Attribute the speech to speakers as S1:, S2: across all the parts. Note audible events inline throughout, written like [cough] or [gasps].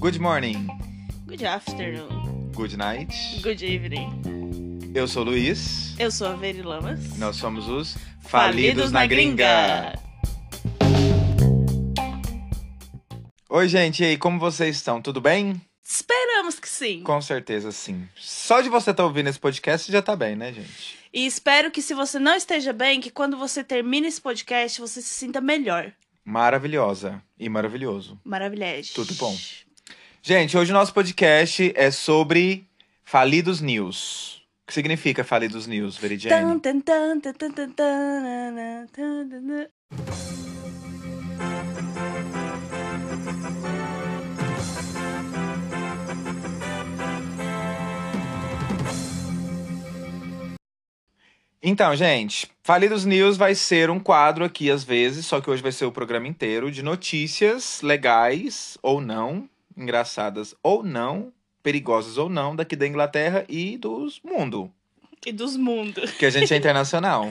S1: Good morning,
S2: Good afternoon.
S1: good night.
S2: Good evening.
S1: Eu sou o Luiz.
S2: Eu sou a Veri Lamas.
S1: Nós somos os Falidos,
S2: Falidos
S1: na, gringa. Oi, gente, e aí, como vocês estão? Tudo bem?
S2: Esperamos que sim.
S1: Com certeza sim. Só de você estar ouvindo esse podcast já tá bem, né, gente?
S2: E espero que se você não esteja bem, que quando você termina esse podcast, você se sinta melhor.
S1: Maravilhosa e maravilhoso.
S2: Maravilhoso.
S1: Tudo bom. Gente, hoje o nosso podcast é sobre Falidos News. O que significa Falidos News,
S2: Tan,
S1: Veridiane?
S2: tan, tan, tan, tan, tan, tan, nanan, tan, tan, tan.
S1: Então, gente, Falidos News vai ser um quadro aqui às vezes, só que hoje vai ser o programa inteiro de notícias legais ou não, engraçadas ou não, perigosas ou não, daqui da Inglaterra e do mundo.
S2: E dos mundos.
S1: Porque a gente é
S2: [laughs]
S1: internacional.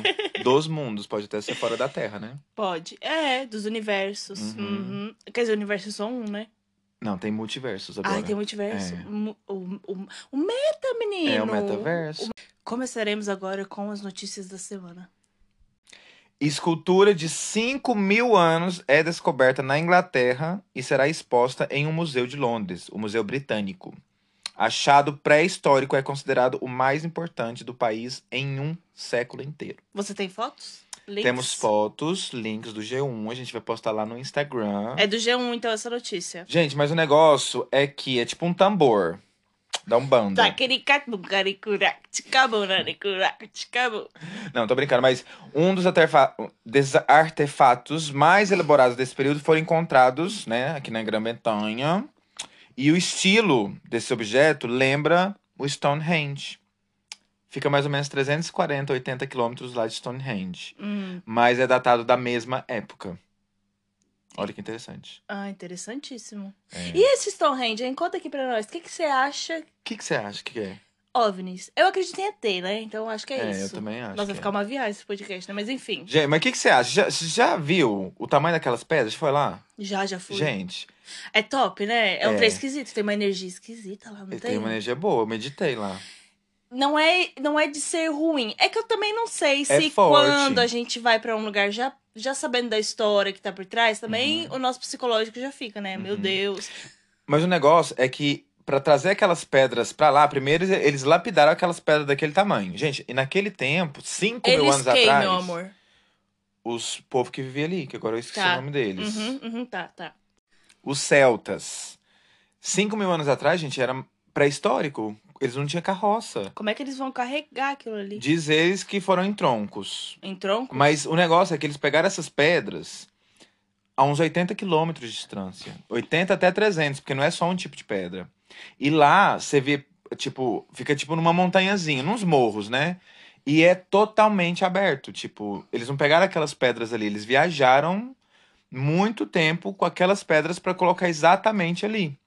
S1: Dos mundos, pode até ser fora da Terra, né?
S2: Pode. É, dos universos.
S1: Uhum.
S2: Uhum. Quer dizer, universo só um, né?
S1: Não, tem multiversos agora.
S2: Ai, tem um multiverso.
S1: É.
S2: Mu- O, o- o meta, menino.
S1: É o metaverso.
S2: Começaremos agora com as notícias da semana.
S1: Escultura de 5 mil anos é descoberta na Inglaterra e será exposta em um museu de Londres, o Museu Britânico. Achado pré-histórico é considerado o mais importante do país em um século inteiro.
S2: Você tem fotos? Links?
S1: Temos fotos, links do G1, a gente vai postar lá no Instagram.
S2: É do G1, então, essa notícia.
S1: Gente, mas o negócio é que é tipo um tambor um da Umbanda.
S2: Tá,
S1: Não, tô brincando, mas um dos artefa- des- artefatos mais elaborados desse período foram encontrados, né, aqui na Grã-Bretanha. E o estilo desse objeto lembra o Stonehenge. Fica mais ou menos 340, 80 quilômetros lá de Stonehenge.
S2: Hum.
S1: Mas é datado da mesma época. Olha que interessante.
S2: Ah, interessantíssimo.
S1: É.
S2: E esse Stonehenge, hein? Conta aqui pra nós. O que, que você acha?
S1: O que que você acha que é?
S2: OVNIs. Eu acredito em ET, né? Então acho que é,
S1: eu
S2: isso.
S1: também acho.
S2: Nossa,
S1: que
S2: vai
S1: é.
S2: ficar uma viagem esse podcast, né? Mas enfim.
S1: Gente, mas o que que você acha? Já, já viu o tamanho daquelas pedras? Foi lá?
S2: Já, já fui.
S1: Gente,
S2: É top, né? É um
S1: É.
S2: trem esquisito. Tem uma energia esquisita lá, não
S1: Ele
S2: tem?
S1: tem uma energia boa, eu meditei lá.
S2: Não é, não é de ser ruim. É que eu também não sei se
S1: É forte.
S2: quando a gente vai pra um lugar já, já sabendo da história que tá por trás, também o nosso psicológico já fica, né? Meu
S1: Uhum.
S2: Deus.
S1: Mas o negócio é que pra trazer aquelas pedras pra lá, primeiro eles lapidaram aquelas pedras daquele tamanho. Gente, e naquele tempo, 5 mil
S2: Eles
S1: anos
S2: quem,
S1: atrás,
S2: meu amor?
S1: os povos que viviam ali, que agora eu esqueci
S2: Tá.
S1: o nome deles,
S2: Uhum, uhum, tá, tá.
S1: os celtas. 5 mil anos atrás, gente, era pré-histórico. Eles não tinham carroça.
S2: Como é que eles vão carregar aquilo ali?
S1: Diz eles que foram em troncos.
S2: Em tronco?
S1: Mas o negócio é que eles pegaram essas pedras a uns 80 quilômetros de distância. 80 até 300, porque não é só um tipo de pedra. E lá você vê, tipo, fica tipo numa montanhazinha, nos morros, né? E é totalmente aberto. Tipo, eles não pegaram aquelas pedras ali, eles viajaram muito tempo com aquelas pedras pra colocar exatamente ali.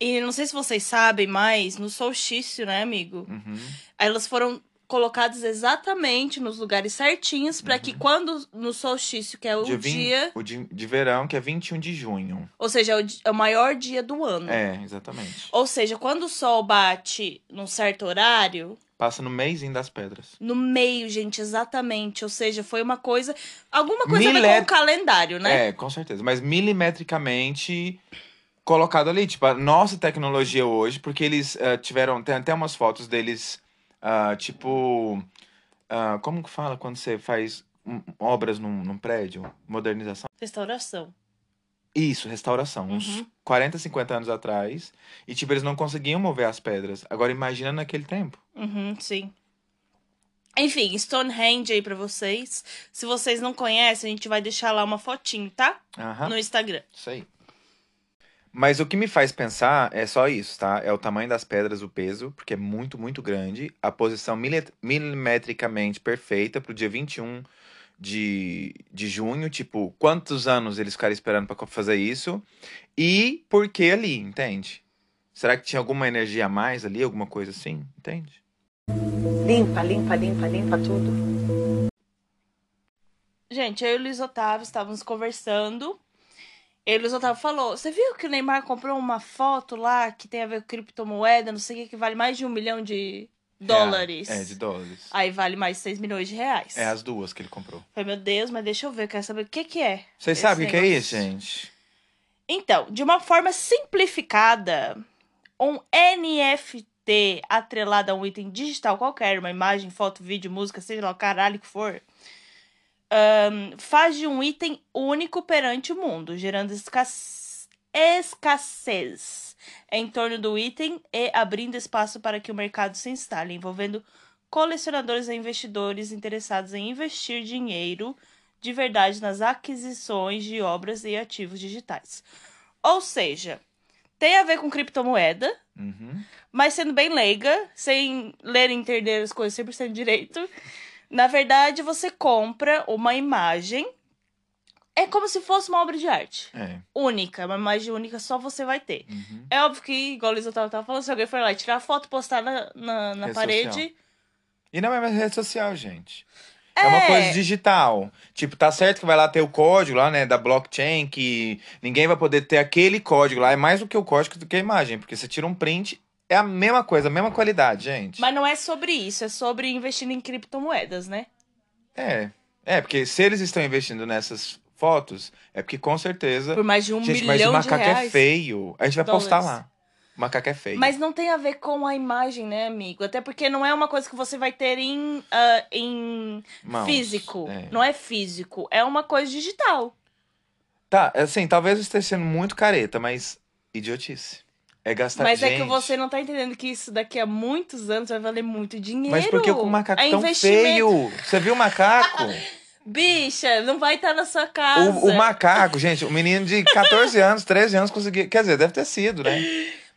S2: E não sei se vocês sabem, mas no solstício, né, amigo?
S1: Uhum.
S2: Elas foram colocadas exatamente nos lugares certinhos pra que quando no solstício, que é o
S1: Dia
S2: dia,
S1: vin- O Uhum. de, de verão, que é 21 de junho.
S2: ou seja, é o, di- é o maior dia do ano.
S1: É, exatamente.
S2: Ou seja, quando o sol bate num certo horário,
S1: Passa no mêsinho das pedras.
S2: no meio, gente, exatamente. Ou seja, foi uma coisa. Alguma coisa a ver
S1: Milet-
S2: com o calendário, né?
S1: É, com certeza. Mas milimetricamente colocado ali. Tipo, a nossa tecnologia hoje, porque eles eh, tiveram. Tem até umas fotos deles, ah, tipo. ah, como que fala quando você faz hum, obras num, num prédio? Modernização?
S2: Restauração.
S1: Isso, restauração. Uns
S2: Uhum.
S1: 40, 50 anos atrás. E, tipo, eles não conseguiam mover as pedras. Agora, imagina naquele tempo.
S2: Uhum, sim. Enfim, Stonehenge aí pra vocês. Se vocês não conhecem, a gente vai deixar lá uma fotinho, tá?
S1: Aham.
S2: No Instagram.
S1: Isso aí. Mas o que me faz pensar é só isso, tá? É o tamanho das pedras, o peso, porque é muito, muito grande. A posição mili- milimetricamente perfeita pro dia 21 de, de junho. Tipo, quantos anos eles ficaram esperando pra co- fazer isso? E por que ali, entende? Será que tinha alguma energia a mais ali, alguma coisa assim? Entende?
S3: Limpa, limpa, limpa, limpa tudo.
S2: Gente, eu e o Luiz Otávio estávamos conversando. E aí o Luiz Otávio falou: Você viu que o Neymar comprou uma foto lá que tem a ver com criptomoeda, não sei o que, que vale mais de um milhão de dólares?
S1: É, de dólares.
S2: Aí vale mais 6 milhões de reais.
S1: É as duas que ele comprou.
S2: Falei, meu Deus, mas deixa eu ver, eu quero saber o que, que é.
S1: Vocês
S2: Esse
S1: sabem o que é
S2: negócio.
S1: isso, gente?
S2: Então, de uma forma simplificada, um NFT atrelado a um item digital qualquer, uma imagem, foto, vídeo, música, seja lá o caralho que for, ahn, faz de um item único perante o mundo, gerando esca- escassez em torno do item e abrindo espaço para que o mercado se instale, envolvendo colecionadores e investidores interessados em investir dinheiro de verdade nas aquisições de obras e ativos digitais. Ou seja, tem a ver com criptomoeda,
S1: Uhum.
S2: mas sendo bem leiga, sem ler e entender as coisas 100% direito. Na verdade, você compra uma imagem. É como se fosse uma obra de arte.
S1: É.
S2: Única, uma imagem única só você vai ter.
S1: Uhum.
S2: É óbvio que, igual o Luiz Otávio tava falando, se alguém for lá e tirar foto, postar na, na, na
S1: Rede
S2: parede.
S1: E não é mais rede social, gente. É... uma coisa digital. Tipo, tá certo que vai lá ter o código lá, né, da blockchain, que ninguém vai poder ter aquele código lá. É mais do que o código do que a imagem, porque você tira um print, é a mesma coisa, a mesma qualidade, gente.
S2: Mas não é sobre isso, é sobre investir em criptomoedas, né?
S1: É. É, porque se eles estão investindo nessas fotos, é porque com certeza.
S2: Por mais de um
S1: gente, mas o
S2: milhão de
S1: macaco é
S2: reais.
S1: feio. A gente vai postar
S2: Dólares.
S1: lá. O macaco é feio.
S2: Mas não tem a ver com a imagem, né, amigo? Até porque não é uma coisa que você vai ter em, ah, em
S1: Mãos,
S2: físico.
S1: é.
S2: Não é físico, é uma coisa digital.
S1: Tá, assim, talvez eu esteja sendo muito careta, mas idiotice. É gastar
S2: Mas é
S1: gente,
S2: que você não tá entendendo que isso daqui a muitos anos vai valer muito dinheiro.
S1: Mas por que o macaco
S2: é
S1: tão
S2: investimento.
S1: feio? Você viu o
S2: [laughs]
S1: macaco?
S2: Bicha, não vai estar na sua casa.
S1: o, o macaco, gente, o menino de 14 anos, 13 anos conseguiu. Quer dizer, deve ter sido, né?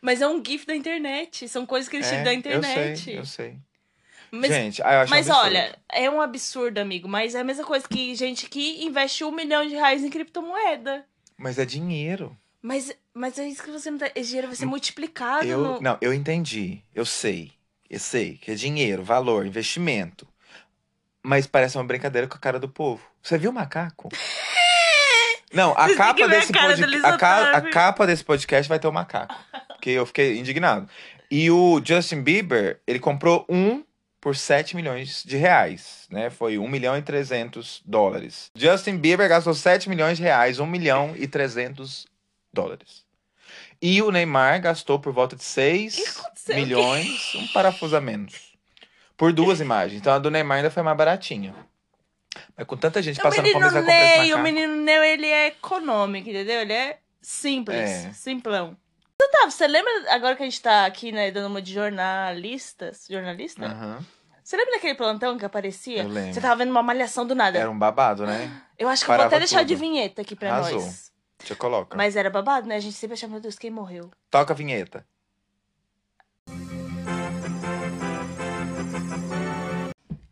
S2: Mas é um GIF da internet. São coisas que eles tiram
S1: É,
S2: da internet.
S1: Eu sei, eu sei.
S2: Mas
S1: gente, ah, eu acho um
S2: Mas
S1: absurdo.
S2: olha, é um absurdo, amigo. Mas é a mesma coisa que gente que investe um milhão de reais em criptomoeda.
S1: Mas é dinheiro.
S2: Mas, mas é isso que você não tá. Esse dinheiro vai ser multiplicado.
S1: Eu, né,
S2: no...
S1: não, eu entendi. Eu sei. Eu sei que é dinheiro, valor, investimento. Mas parece uma brincadeira com a cara do povo. Você viu o
S2: [laughs]
S1: macaco? Não, a
S2: Vocês têm que
S1: capa,
S2: ver a
S1: desse
S2: cara do
S1: podca-
S2: Luiz
S1: a, ca- a
S2: Otávio.
S1: capa desse podcast vai ter o macaco. Porque eu fiquei indignado. E o Justin Bieber, ele comprou um por 7 milhões de reais, né? Foi 1 milhão e 300 dólares. Justin Bieber gastou 7 milhões de reais, 1 milhão e 300 dólares. E o Neymar gastou por volta de 6
S2: aconteceu?
S1: milhões, um parafuso a menos. Por duas imagens. Então a do Neymar ainda foi mais baratinha. Mas com tanta gente
S2: o
S1: passando fome,
S2: É um menino
S1: eles vai comprar esse
S2: Ney,
S1: macaco.
S2: o menino Ney, ele é econômico, entendeu? Ele é simples,
S1: É.
S2: simplão. Otávio, você lembra, agora que a gente tá aqui, né, dando uma de jornalistas, jornalista?
S1: Aham,
S2: Você lembra daquele plantão que aparecia?
S1: Ah. eu lembro.
S2: Você tava vendo uma malhação do nada.
S1: Era um babado, né?
S2: Eu acho que eu vou
S1: Parava
S2: até deixar
S1: tudo.
S2: de vinheta aqui pra
S1: Arrasou.
S2: nós.
S1: Deixa eu colocar.
S2: Mas era babado, né? A gente sempre achava, meu Deus, quem morreu?
S1: Toca a vinheta.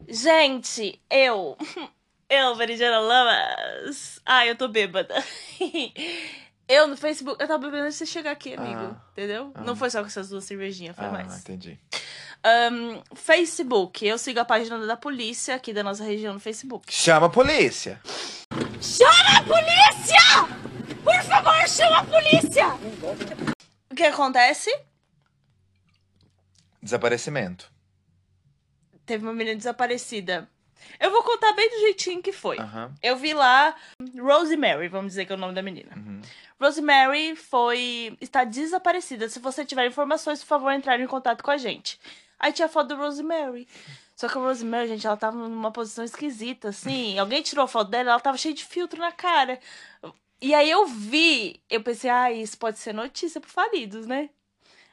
S2: Gente, eu. [laughs] Eu, Veridiana Lamas. Ai, eu tô bêbada. [laughs] Eu no Facebook. Eu tava bebendo antes de você chegar aqui, amigo.
S1: Ah.
S2: entendeu?
S1: Ah.
S2: Não foi só com essas duas cervejinhas, foi
S1: ah,
S2: mais.
S1: entendi.
S2: Ahn, Facebook. Eu sigo a página da polícia aqui da nossa região no Facebook.
S1: Chama a polícia.
S2: Chama a polícia! Por favor, chama a polícia! O que acontece?
S1: Desaparecimento.
S2: Teve uma menina desaparecida. Eu vou contar bem do jeitinho que foi.
S1: Aham.
S2: Eu vi lá Rosemary, vamos dizer que é o nome da menina.
S1: Uhum.
S2: Rosemary foi. está desaparecida. Se você tiver informações, por favor, entrar em contato com a gente. Aí tinha a foto do Rosemary. Só que a Rosemary, gente, ela tava numa posição esquisita, assim. Alguém tirou a foto dela, ela tava cheia de filtro na cara. E aí eu vi, eu pensei, ah, isso pode ser notícia pro Falidos, né?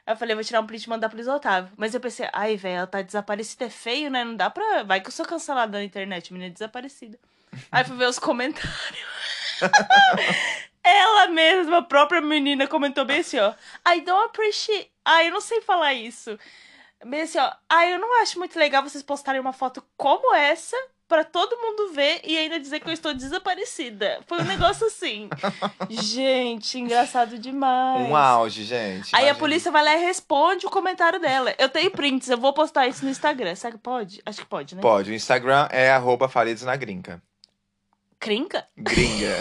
S2: Aí eu falei, vou tirar um print e mandar pro Luiz Otávio. Mas eu pensei, ai, velho, ela tá desaparecida, é feio, né? Não dá pra. Vai que eu sou cancelada na internet, menina é desaparecida. Aí fui ver os comentários. [laughs] Ela mesma, a própria menina, comentou bem assim, ó. I don't appreciate. Ai, eu não sei falar isso. Bem assim, ó. Ai, eu não acho muito legal vocês postarem uma foto como essa pra todo mundo ver e ainda dizer que eu estou desaparecida. Foi um negócio assim. Gente, engraçado demais.
S1: Um auge, gente.
S2: Aí a
S1: imagina.
S2: polícia vai lá e responde o comentário dela. Eu tenho prints, eu vou postar isso no Instagram. Será que pode? Acho que pode, né?
S1: Pode. O Instagram é arroba falidos na grinca.
S2: Crinca? [laughs]
S1: Gringa.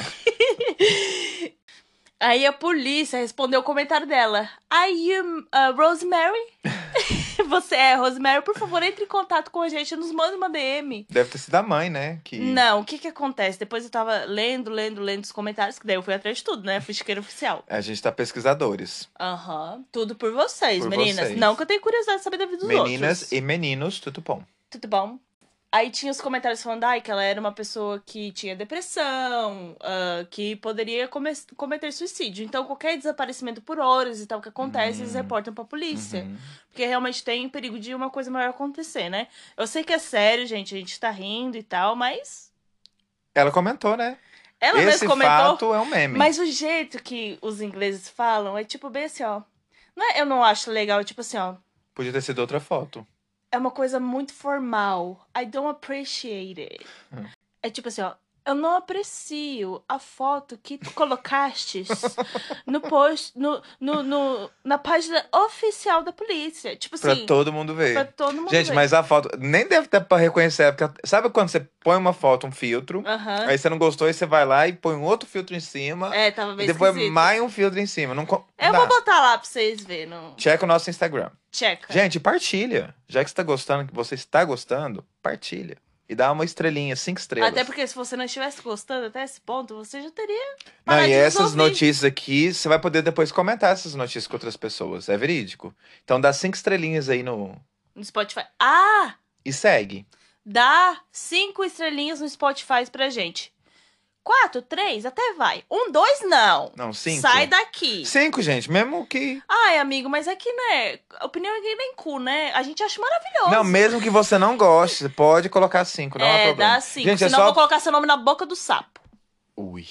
S2: Aí a polícia respondeu o comentário dela. Are you uh, Rosemary?
S1: [laughs]
S2: Você é Rosemary? Por favor, entre em contato com a gente. Nos manda uma DM.
S1: Deve ter sido a mãe, né? Que...
S2: Não, o que que acontece? Depois eu tava lendo, lendo, lendo os comentários, que daí eu fui atrás de tudo, né? Fui chiqueira oficial.
S1: A gente tá pesquisadores.
S2: Aham. Tudo por vocês,
S1: Por
S2: meninas.
S1: vocês.
S2: Não que eu tenho curiosidade de saber da vida dos
S1: Meninas
S2: outros.
S1: e meninos, tudo bom.
S2: Tudo bom? Aí tinha os comentários falando ai, que ela era uma pessoa que tinha depressão, ah, que poderia come- cometer suicídio. Então, qualquer desaparecimento por horas e tal que acontece,
S1: Hum.
S2: eles reportam pra polícia.
S1: Uhum.
S2: Porque realmente tem perigo de uma coisa maior acontecer, né? Eu sei que é sério, gente, a gente tá rindo e tal, mas.
S1: Ela comentou, né?
S2: Ela
S1: Esse
S2: mesmo comentou.
S1: fato é um meme.
S2: Mas o jeito que os ingleses falam é tipo bem assim, ó. Não é, eu não acho legal, é tipo assim, ó.
S1: Podia ter sido outra foto.
S2: É uma coisa muito formal. I don't appreciate it.
S1: Hum.
S2: É tipo assim, ó. Eu não aprecio a foto que
S1: [laughs]
S2: tu colocastes no post, no, no, no- na página oficial da polícia. Tipo
S1: Pra
S2: assim,
S1: todo mundo ver.
S2: pra todo mundo
S1: Gente,
S2: ver.
S1: mas a foto. Nem deve dar pra reconhecer. Porque sabe quando você põe uma foto, um filtro,
S2: Aham.
S1: aí você não gostou e você vai lá e põe um outro filtro em cima.
S2: É, tava
S1: e
S2: bem
S1: depois
S2: esquisito.
S1: mais um filtro em cima. Não co-
S2: Eu
S1: dá.
S2: vou botar lá pra vocês verem. Não...
S1: Checa o nosso Instagram.
S2: Checa.
S1: Gente, partilha. Já que você tá gostando, que você está gostando, partilha. E dá uma estrelinha, cinco estrelas.
S2: Até porque se você não estivesse gostando até esse ponto, você já teria.
S1: Não,
S2: parado
S1: e
S2: de nos
S1: essas
S2: ouvir.
S1: notícias aqui, você vai poder depois comentar essas notícias com outras pessoas. É verídico. Então dá cinco estrelinhas aí no.
S2: No Spotify. Ah!
S1: E segue.
S2: Dá cinco estrelinhas no Spotify pra gente. Quatro, três, até vai. Um, dois, não.
S1: Não, cinco.
S2: Sai daqui.
S1: Cinco, gente. Mesmo que.
S2: Ai, amigo, mas aqui, né? Opinião é que nem cu, né? A gente acha maravilhoso.
S1: Não, mesmo que você não goste, você pode colocar cinco, não há
S2: É,
S1: problema.
S2: dá cinco.
S1: Gente, é
S2: Senão eu
S1: só-
S2: vou colocar seu nome na boca do sapo.
S1: Ui.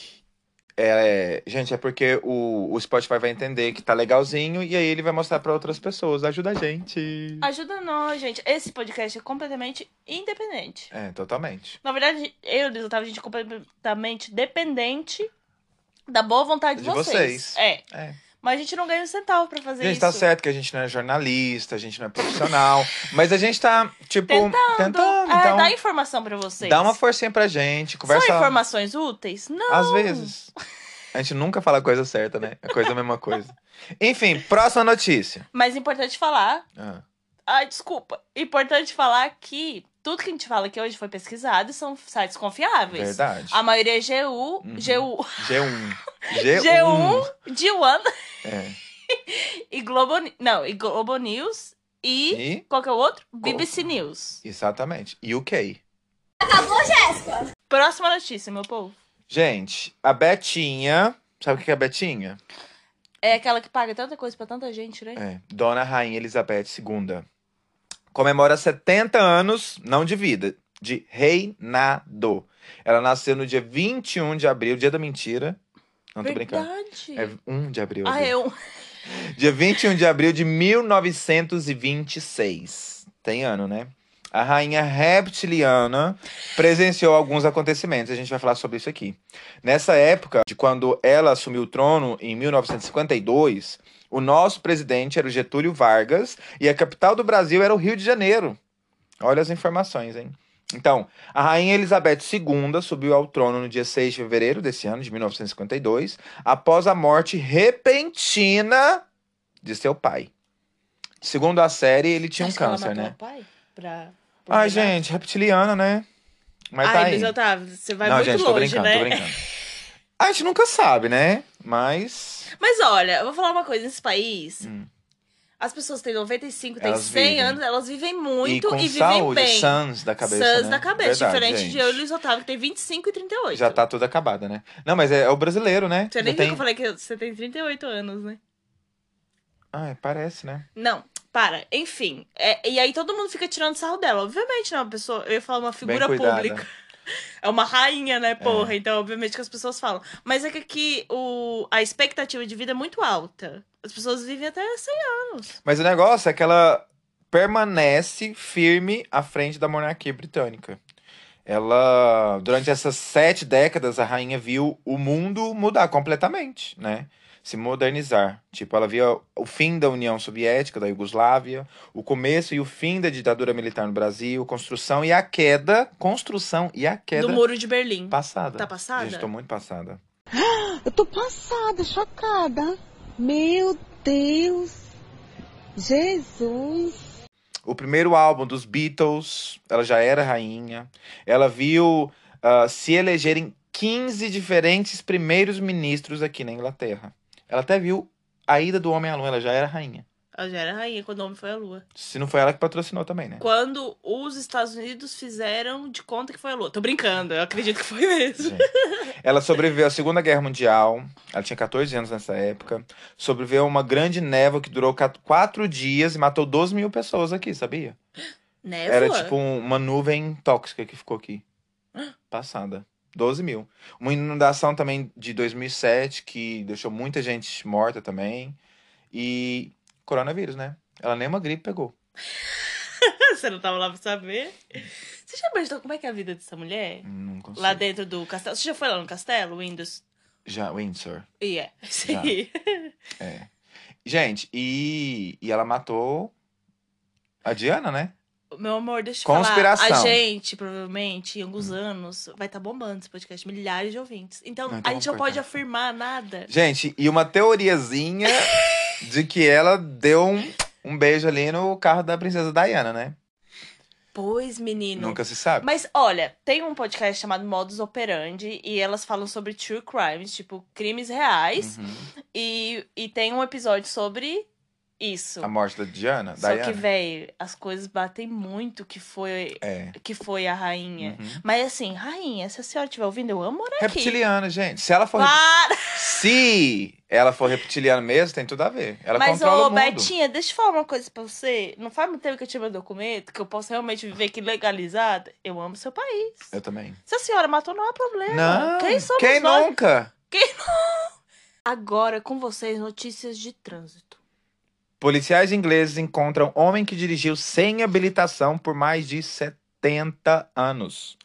S1: É, gente, é porque o, o Spotify vai entender que tá legalzinho e aí ele vai mostrar pra outras pessoas. Ajuda a gente.
S2: Ajuda nós, gente. Esse podcast é completamente independente.
S1: É, totalmente.
S2: Na verdade, eu e o Liz Otávio, a gente é completamente dependente da boa vontade de,
S1: De vocês.
S2: É.
S1: É.
S2: Mas a gente não ganha um centavo pra fazer
S1: Gente,
S2: isso.
S1: tá certo que a gente não é jornalista, a gente não é profissional, mas a gente tá, tipo, tentando.
S2: é,
S1: então,
S2: dá informação pra vocês.
S1: dá uma forcinha pra gente, conversa.
S2: São informações úteis? Não.
S1: Às vezes. A gente nunca fala a coisa certa, né? A coisa é a mesma coisa. Enfim, próxima notícia.
S2: Mas é importante falar.
S1: Ah,
S2: Ai, desculpa. Importante falar que tudo que a gente fala aqui hoje foi pesquisado e são sites confiáveis.
S1: verdade. um.
S2: A maioria é GU,
S1: Uhum.
S2: GU,
S1: G1. G1.
S2: G1. G1
S1: É.
S2: [laughs] e Globo, não, e Globo News e,
S1: E,
S2: qual que é o outro? BBC News.
S1: exatamente. UK.
S2: Próxima notícia, meu povo.
S1: Gente, a Betinha. Sabe o que é a Betinha?
S2: É aquela que paga tanta coisa pra tanta gente, né?
S1: É, Dona Rainha Elizabeth II. Comemora 70 anos, não de vida, de reinado. Ela nasceu no dia 21 de abril, dia da mentira. Não tô brincando.
S2: Verdade.
S1: É 1 de abril.
S2: Ah, é.
S1: viu?
S2: eu.
S1: Dia 21 de abril de 1926. Tem ano, né? A rainha reptiliana presenciou alguns acontecimentos. A gente vai falar sobre isso aqui. Nessa época, de quando ela assumiu o trono em 1952, o nosso presidente era o Getúlio Vargas e a capital do Brasil era o Rio de Janeiro. Olha as informações, hein? Então, a rainha Elizabeth II subiu ao trono no dia 6 de fevereiro desse ano, de 1952, após a morte repentina de seu pai. Segundo a série, ele tinha um
S2: Acho que ela
S1: câncer,
S2: matou
S1: né?
S2: o pai pra- pra
S1: Ai,
S2: vingar.
S1: gente, reptiliana, né? Mas tá
S2: Ai,
S1: aí.
S2: Luiz Otávio, você vai
S1: Não,
S2: muito
S1: gente, tô
S2: longe,
S1: brincando,
S2: né?
S1: tô brincando. [laughs] A gente nunca sabe, né? Mas.
S2: Mas olha, eu vou falar uma coisa. Nesse país,
S1: Hum.
S2: as pessoas têm 95, têm
S1: Elas
S2: 100
S1: vivem.
S2: anos, elas vivem muito
S1: e com
S2: e, vivem
S1: saúde,
S2: bem.
S1: sans da cabeça.
S2: Sãs
S1: né?
S2: da cabeça.
S1: Verdade,
S2: diferente
S1: gente.
S2: de eu e Luiz Otávio, que tem 25 e 38.
S1: Já tá toda acabada, né? Não, mas é, é o brasileiro, né?
S2: Você
S1: Já
S2: nem viu
S1: tem...
S2: que eu falei que você tem 38 anos, né?
S1: Ai, parece, né?
S2: Não, para. Enfim. é- e aí todo mundo fica tirando sarro dela. Obviamente, né? Uma pessoa. Eu ia falar uma figura
S1: Bem cuidada.
S2: pública. [laughs] É uma rainha, né, porra? Então, obviamente que as pessoas falam. Mas é que aqui o, a expectativa de vida é muito alta. As pessoas vivem até 100 anos.
S1: Mas o negócio é que ela permanece firme à frente da monarquia britânica. Ela, durante essas sete décadas, a rainha viu o mundo mudar completamente, né? se modernizar. Tipo, ela via o fim da União Soviética, da Iugoslávia, o começo e o fim da ditadura militar no Brasil, construção e a queda, construção e a queda
S2: Do Muro de Berlim.
S1: passada.
S2: Tá passada?
S1: Gente, tô muito passada.
S3: [gasps] Eu tô passada, chocada. Meu Deus. Jesus.
S1: O primeiro álbum dos Beatles, ela já era rainha. Ela viu ah, se elegerem 15 diferentes primeiros ministros aqui na Inglaterra. Ela até viu a ida do homem à lua, ela já era rainha.
S2: Ela já era rainha quando o homem foi à lua.
S1: Se não foi ela que patrocinou também, né?
S2: Quando os Estados Unidos fizeram de conta que foi a lua. Tô brincando, eu acredito que foi mesmo.
S1: Gente. Ela sobreviveu à Segunda Guerra Mundial. Ela tinha 14 anos nessa época. Sobreviveu a uma grande névoa que durou ca- quatro dias e matou 12 mil pessoas aqui, sabia?
S2: Névoa?
S1: Era tipo um- uma nuvem tóxica que ficou aqui. Passada. 12 mil. Uma inundação também de 2007 que deixou muita gente morta também. E coronavírus, né? Ela nem uma gripe pegou.
S2: [laughs] Você não tava lá pra saber. Você já imaginou como é que é a vida dessa mulher?
S1: Não consigo.
S2: Lá dentro do castelo. Você já foi lá no castelo, Windows?
S1: Já, Windsor.
S2: E [laughs] é. Sim.
S1: Já. Gente, e, e ela matou a Diana, né?
S2: Meu amor, deixa eu falar.
S1: Conspiração.
S2: A gente, provavelmente, em alguns anos, vai estar bombando esse podcast. Milhares de ouvintes. Então,
S1: Não, então
S2: a gente não
S1: vamos
S2: pode
S1: cortar.
S2: afirmar nada.
S1: Gente, e uma teoriazinha de que ela deu um, um beijo ali no carro da princesa Diana, né?
S2: Pois, menino.
S1: Nunca se sabe.
S2: Mas olha, tem um podcast chamado Modus Operandi e elas falam sobre true crimes, tipo crimes reais.
S1: Uhum.
S2: E, e tem um episódio sobre isso.
S1: A morte da Diana,
S2: Só
S1: Diana.
S2: que, véi, as coisas batem muito que foi
S1: É.
S2: que foi a rainha.
S1: Uhum.
S2: Mas assim, rainha, se a senhora estiver ouvindo, eu amo morar aqui.
S1: Reptiliana, gente. Se ela for.
S2: Para!
S1: Se ela for reptiliana mesmo, tem tudo a ver. Ela
S2: Mas,
S1: controla
S2: ô,
S1: o mundo.
S2: Betinha, deixa eu falar uma coisa pra você. Não faz muito tempo que eu tive meu documento, que eu posso realmente viver aqui legalizada. Eu amo seu país.
S1: Eu também.
S2: Se a senhora matou, não há problema.
S1: É. Não.
S2: Quem somos
S1: Quem
S2: nós?
S1: nunca?
S2: Agora com vocês, notícias de trânsito.
S1: Policiais ingleses encontram homem que dirigiu sem habilitação por mais de 70 anos.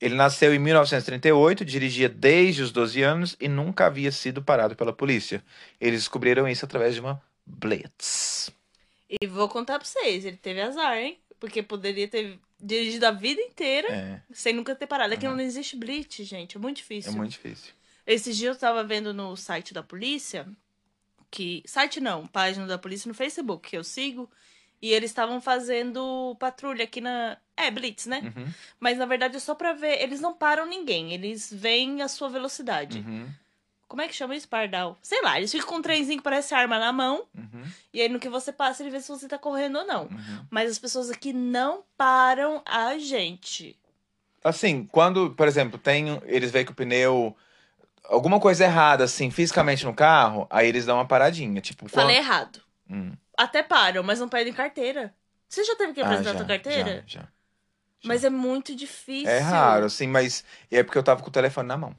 S1: Ele nasceu em 1938, dirigia desde os 12 anos e nunca havia sido parado pela polícia. Eles descobriram isso através de uma blitz.
S2: E vou contar pra vocês, ele teve azar, hein? Porque poderia ter dirigido a vida inteira
S1: É,
S2: sem nunca ter parado. É que não existe blitz, gente, é
S1: é
S2: muito difícil.
S1: muito difícil.
S2: Esses dias eu tava vendo no site da polícia, que. Site não, página da polícia no Facebook, que eu sigo. E eles estavam fazendo patrulha aqui na. É, Blitz, né?
S1: Uhum,
S2: Mas na verdade é só pra ver. Eles não param ninguém, eles veem a sua velocidade.
S1: uhum,
S2: Como é que chama isso, Pardal? Sei lá, eles ficam com um trenzinho que parece arma na mão.
S1: uhum,
S2: E aí no que você passa, ele vê se você tá correndo ou não.
S1: uhum.
S2: Mas as pessoas aqui não param a gente.
S1: Assim, quando, por exemplo, tem, um, eles veem que o pneu alguma coisa errada assim, fisicamente no carro, aí eles dão uma paradinha, tipo, quando...
S2: Falei errado.
S1: Hum,
S2: Até param, mas não pedem carteira. Você já teve que
S1: ah,
S2: apresentar
S1: já,
S2: sua carteira?
S1: já, já.
S2: Mas é muito difícil.
S1: É raro, assim, mas é porque eu tava com o telefone na mão.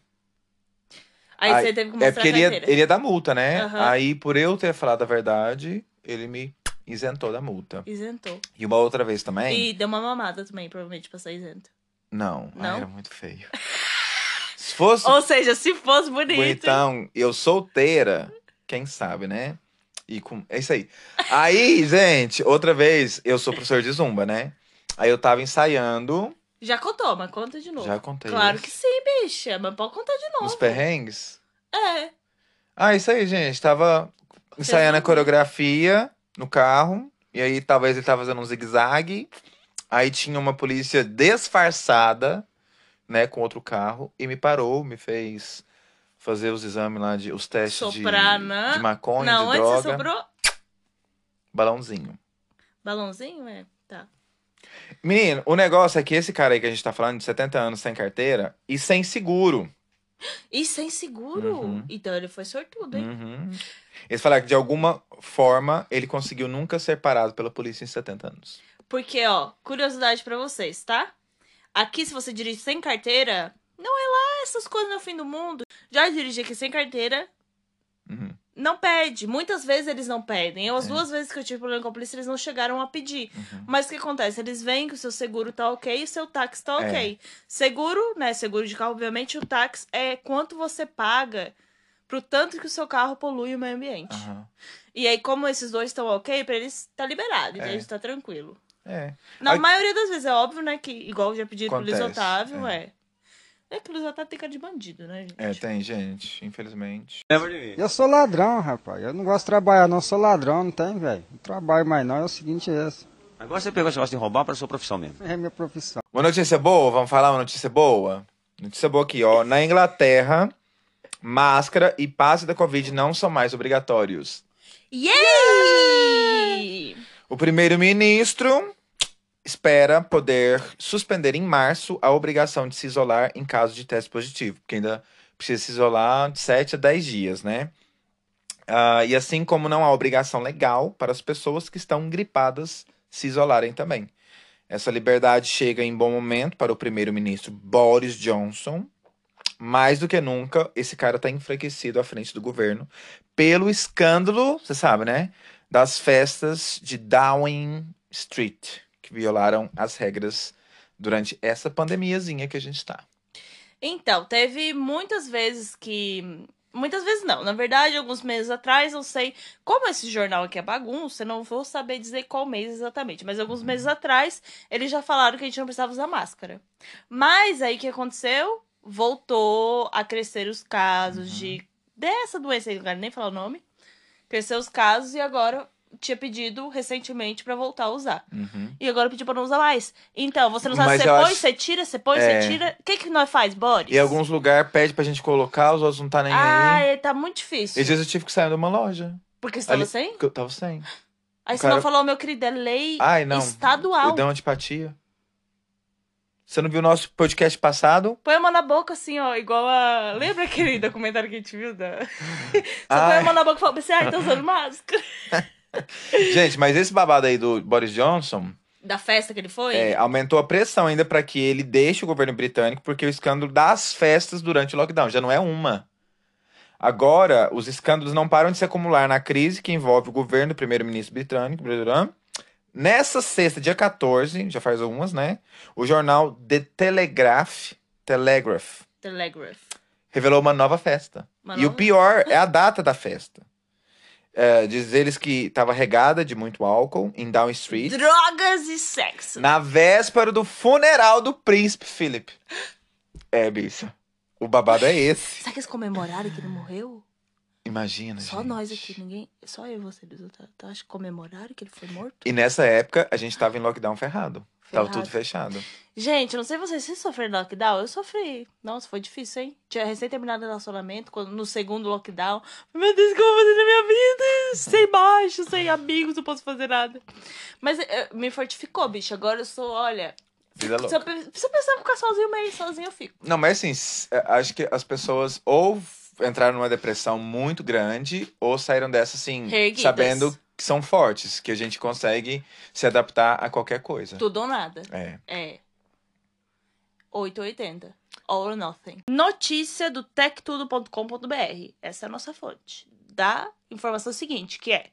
S2: Aí
S1: Ai,
S2: você teve que
S1: É
S2: mostrar
S1: porque
S2: a
S1: ele ia,
S2: carteira.
S1: ele ia dar multa, né?
S2: Aham.
S1: Aí, por eu ter falado a verdade, ele me isentou da multa.
S2: Isentou.
S1: E uma outra vez também?
S2: E deu uma mamada também, provavelmente, pra sair isento.
S1: Não, ai,
S2: Não?
S1: era muito feio. Se
S2: [laughs]
S1: fosse
S2: Ou seja, se fosse bonito.
S1: Bonitão, eu solteira, quem sabe, né? E com... É isso aí. Aí, gente, outra vez, eu sou professor de zumba, né? Aí eu tava ensaiando,
S2: Já contou, mas conta de novo.
S1: já contei.
S2: claro
S1: isso,
S2: que sim, bicha. Mas pode contar de
S1: Nos
S2: novo.
S1: perrengues.
S2: É.
S1: Ah, isso aí, gente. Tava ensaiando a coreografia no carro. E aí, talvez ele tava fazendo um zigue-zague. Aí tinha uma polícia disfarçada, né, com outro carro. E me parou, me fez fazer os exames lá, de, os testes de-
S2: Soprar,
S1: de,
S2: né?
S1: maconha,
S2: Não,
S1: de
S2: antes
S1: droga.
S2: você sobrou.
S1: Balãozinho.
S2: Balãozinho, é? Tá.
S1: Menino, o negócio é que esse cara aí que a gente tá falando, de 70 anos, sem carteira e sem seguro.
S2: E sem seguro.
S1: Uhum.
S2: Então ele foi sortudo, hein?
S1: Uhum. Eles falaram que de alguma forma ele conseguiu nunca ser parado pela polícia em 70 anos.
S2: Porque, ó, curiosidade pra vocês, tá? Aqui, se você dirige sem carteira, não é lá essas coisas no fim do mundo. Já dirigi aqui sem carteira,
S1: Uhum,
S2: não pede. Muitas vezes eles não pedem. Eu, as
S1: É.
S2: duas vezes que eu tive problema com a polícia, eles não chegaram a pedir.
S1: uhum.
S2: Mas o que acontece? Eles veem que o seu seguro tá ok e o seu táxi tá
S1: É.
S2: ok. Seguro, né? Seguro de carro, obviamente, o táxi é quanto você paga pro tanto que o seu carro polui o meio ambiente.
S1: Aham.
S2: E aí, como esses dois estão ok, pra eles tá liberado, então
S1: É.
S2: a gente tá tranquilo.
S1: É.
S2: Na
S1: Aí-
S2: maioria das vezes, é óbvio, né, que igual já pediram pro Luiz
S1: Acontece,
S2: Otávio, é. É que o Luiz Otávio tem cara de bandido, né, gente?
S1: É, tem, gente, infelizmente.
S4: Lembra de mim?
S5: Eu sou ladrão, rapaz. Eu não gosto de trabalhar, não. Eu sou ladrão, não tem, velho. Não trabalho mais, não. É o seguinte, é esse.
S4: Agora você pegou esse negócio de roubar para sua profissão mesmo.
S5: É minha profissão.
S1: Uma notícia boa, vamos falar uma notícia boa? Notícia boa aqui, ó. Na Inglaterra, máscara e passe da Covid não são mais obrigatórios.
S2: Yay!
S1: O primeiro-ministro espera poder suspender em março a obrigação de se isolar em caso de teste positivo, porque ainda precisa se isolar de 7 a 10 dias, né? Ah, e assim como não há obrigação legal para as pessoas que estão gripadas se isolarem também. Essa liberdade chega em bom momento para o primeiro-ministro Boris Johnson. Mais do que nunca, esse cara está enfraquecido à frente do governo pelo escândalo, você sabe, né? das festas de Downing Street, que violaram as regras durante essa pandemiazinha que a gente tá.
S2: Então, teve muitas vezes que. Muitas vezes não. Na verdade, alguns meses atrás, não sei. Como esse jornal aqui é bagunça, eu não vou saber dizer qual mês exatamente. Mas alguns meses atrás, eles já falaram que a gente não precisava usar máscara. Mas aí o que aconteceu? Voltou a crescer os casos
S1: Uhum.
S2: de. dessa doença aí, não quero nem falar o nome. Cresceu os casos e agora tinha pedido recentemente pra voltar a usar. E agora pediu pra não usar mais. Então, você não sabe,
S1: Mas
S2: você
S1: eu
S2: põe,
S1: acho-
S2: você tira, você põe,
S1: É.
S2: você tira. O que, que nós faz, Boris?
S1: E alguns lugares pede pra gente colocar, os outros não tá nem
S2: Ah,
S1: aí.
S2: é, tá muito difícil.
S1: Esses dias eu tive que sair de uma loja,
S2: Porque você tava
S1: ali-
S2: sem?
S1: porque eu tava sem.
S2: Aí
S1: o
S2: você não
S1: cara-
S2: falou, meu querido, é lei
S1: Ai, não.
S2: estadual.
S1: Eu dei uma antipatia. Você não viu o nosso podcast passado?
S2: Põe a mão na boca, assim, ó, igual a. Lembra aquele [laughs] documentário que a gente
S1: [laughs]
S2: viu? Da... Você põe a
S1: Ai.
S2: mão na boca e fala pra você, ai, tá usando máscara.
S1: Gente, mas esse babado aí do Boris Johnson
S2: Da festa que ele foi?
S1: é, aumentou a pressão ainda pra que ele deixe o governo britânico, porque o escândalo das festas durante o lockdown já não é uma. Agora, os escândalos não param de se acumular na crise que envolve o governo do primeiro-ministro britânico. blá, blá, blá. Nessa sexta, dia 14, já faz algumas, né? O jornal The Telegraph, Telegraph
S2: Telegraph.
S1: revelou uma nova festa.
S2: Uma
S1: E o
S2: nova-
S1: pior
S2: [laughs]
S1: é a data da festa. É, diz eles que estava regada de muito álcool em Down Street.
S2: Drogas e sexo.
S1: Na véspera do funeral do príncipe Philip. É, bicho. O babado é esse.
S2: Será que eles comemoraram que ele morreu?
S1: Imagina,
S2: Só
S1: gente.
S2: nós aqui, ninguém. Só eu e você, Luiz Otávio. Tá, acho que comemoraram que ele foi morto?
S1: E nessa época, a gente tava em lockdown ferrado. Tava
S2: Ferrado.
S1: tudo fechado.
S2: Gente, eu não sei vocês, vocês sofreram lockdown? Eu sofri. Nossa, foi difícil, hein? Tinha recém terminado o relacionamento, quando, no segundo lockdown. Meu Deus, o que eu vou fazer na minha vida? Sem baixo, sem amigos, não posso fazer nada. Mas eh, me fortificou, bicho. Agora eu sou, olha.
S1: Vida
S2: Se eu,
S1: Tá louca.
S2: pe- se eu pensar em ficar sozinho, mas sozinho eu fico.
S1: Não, mas assim, s- é, acho que as pessoas ou f- entraram numa depressão muito grande, ou saíram dessa assim,
S2: Reerguidas.
S1: sabendo que são fortes, que a gente consegue se adaptar a qualquer coisa.
S2: Tudo ou nada.
S1: É.
S2: É. 880. All or nothing. Notícia do tectudo.com.br. Essa é a nossa fonte. Da informação seguinte, que é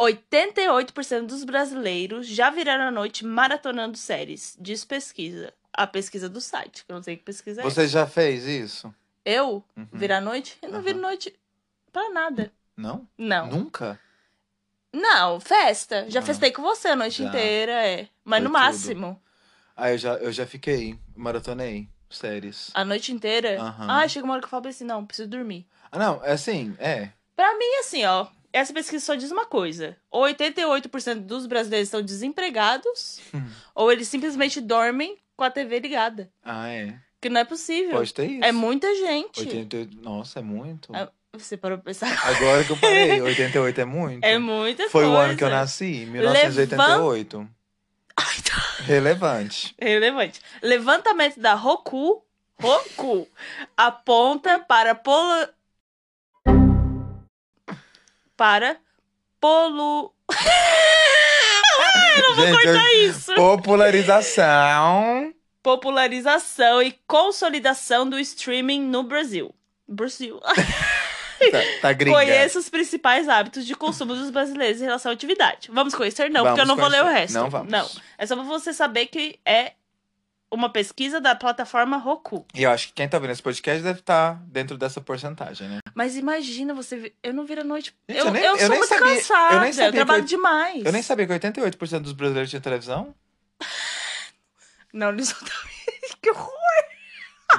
S2: 88% dos brasileiros já viraram a noite maratonando séries. Diz pesquisa. A pesquisa do site, que eu não sei que pesquisa é.
S1: Você já fez isso?
S2: essa. Eu?
S1: Uhum.
S2: Virar a noite? Eu não viro
S1: Aham.
S2: noite pra nada.
S1: Não?
S2: Não. Não,
S1: Nunca?
S2: festa. Já
S1: Ah.
S2: festei com você a noite
S1: Já.
S2: inteira, é.
S1: Foi
S2: Mas no
S1: tudo.
S2: máximo.
S1: Ah, eu já, eu já fiquei. Maratonei séries.
S2: A noite inteira.
S1: Aham.
S2: Ah, chega uma hora que eu falo assim, não, preciso dormir.
S1: Ah, não, é assim, é.
S2: E assim, ó, essa pesquisa só diz uma coisa: 88% dos brasileiros estão desempregados
S1: Hum.
S2: ou eles simplesmente dormem com a TV ligada.
S1: Ah, é.
S2: Que não é possível.
S1: Pode ter isso.
S2: É muita gente.
S1: 88. Nossa, é muito.
S2: É- Você parou pra pensar. [laughs]
S1: Agora que eu parei, 88 é muito.
S2: É muita
S1: Foi
S2: coisa.
S1: o ano que eu nasci, 1988.
S2: [laughs]
S1: Relevante.
S2: Relevante. Levantamento da Roku, Roku [laughs] aponta para polo... para polu...
S1: Gente, eu-
S2: Isso.
S1: popularização.
S2: popularização e consolidação do streaming no Brasil. Brasil. [laughs]
S1: Tá, tá gringa.
S2: Conheça os principais hábitos de consumo dos brasileiros em relação à atividade. Vamos conhecer, não, porque eu
S1: Vamos
S2: não vou ler o
S1: conhecer.
S2: resto.
S1: Não vamos.
S2: Não. É só pra você saber que é uma pesquisa da plataforma Roku.
S1: E eu acho que quem tá vendo esse podcast deve estar dentro tá dessa porcentagem, né?
S2: Mas imagina, você. vi- Eu não viro à noite.
S1: Gente,
S2: eu,
S1: eu nem-
S2: eu
S1: eu
S2: sou
S1: nem
S2: muito
S1: sabia- eu nem
S2: cansada. Eu,
S1: sabia que
S2: trabalho
S1: oit-
S2: demais.
S1: Eu nem sabia que 88% dos brasileiros tinha televisão.
S2: Não, eles não tão- [laughs] Que horror!